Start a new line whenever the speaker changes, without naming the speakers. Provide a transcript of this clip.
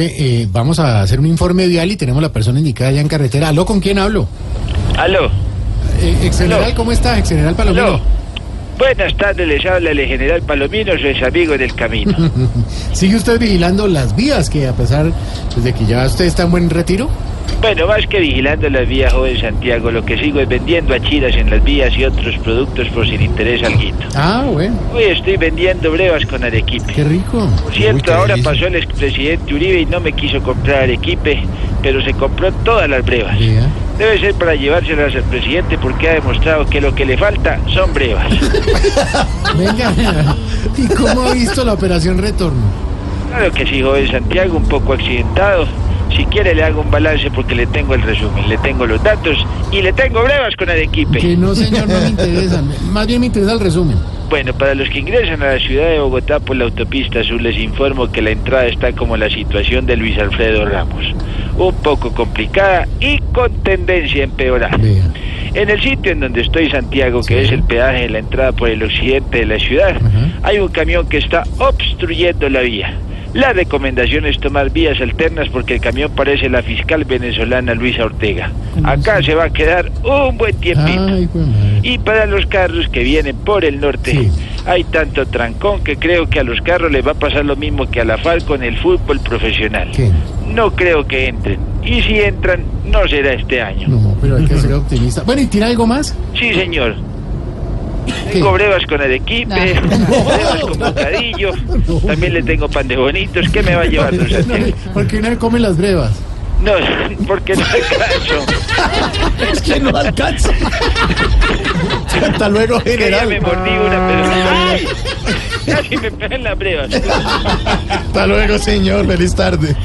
Eh, eh, vamos a hacer un informe vial y tenemos la persona indicada ya en carretera. ¿Aló, con quién hablo?
Aló,
Eh, exgeneral,
Aló.
¿cómo está? Exgeneral Palomino.
aló. Buenas tardes, les habla el general Palomino, soy amigo del camino.
¿Sigue usted vigilando las vías que a pesar pues, de que ya usted está en buen retiro?
Bueno, más que vigilando las vías, joven Santiago, lo que sigo es vendiendo achiras en las vías y otros productos por si le interesa alguito.
Ah, bueno,
Hoy estoy vendiendo brevas con arequipe.
qué rico.
Por
Uy, qué
cierto, ahora
delicia.
pasó el expresidente Uribe y no me quiso comprar arequipe, pero se compró todas las brevas.
Vea.
Debe ser para llevárselas al presidente porque ha demostrado que lo que le falta son brevas.
Venga, ¿y cómo ha visto la operación retorno?
Claro que sí, joven Santiago, un poco accidentado. Si quiere le hago un balance porque le tengo el resumen, le tengo los datos y le tengo brevas con Arequipe.
Que no, señor, no me interesa. Más bien me interesa el resumen.
Bueno, para los que ingresan a la ciudad de Bogotá por la autopista azul les informo que la entrada está como la situación de Luis Alfredo Ramos, un poco complicada y con tendencia a empeorar.
Vea.
En el sitio en donde estoy, Santiago, que
Sí.
es el peaje de la entrada por el occidente de la ciudad,
Ajá.
hay un camión que está obstruyendo la vía. La recomendación es tomar vías alternas porque el camión parece la fiscal venezolana Luisa Ortega.
¿Cómo
Acá
así?
se va a quedar un buen tiempito.
Ay, pues, madre.
Y para los carros que vienen por el norte,
Sí.
hay tanto trancón que creo que a los carros les va a pasar lo mismo que a la FAL con el fútbol profesional.
¿Qué?
No creo que entren. Y si entran, no será este año.
No, pero hay que ser optimista. Bueno, ¿y tiene algo más?
Sí, señor.
¿Qué? Ah.
Tengo brevas con Arequipe, brevas con bocadillo,
No.
también le tengo pan de bonitos. ¿Qué me va a llevar, don Santiago?
Porque no come las brevas.
No, porque no alcanzo.
Es que no alcanza. Hasta luego,
Que ya
general.
me mordí una, pero...
Ah.
¡Ay! Casi me pegan las brevas.
Hasta luego, señor. Feliz tarde.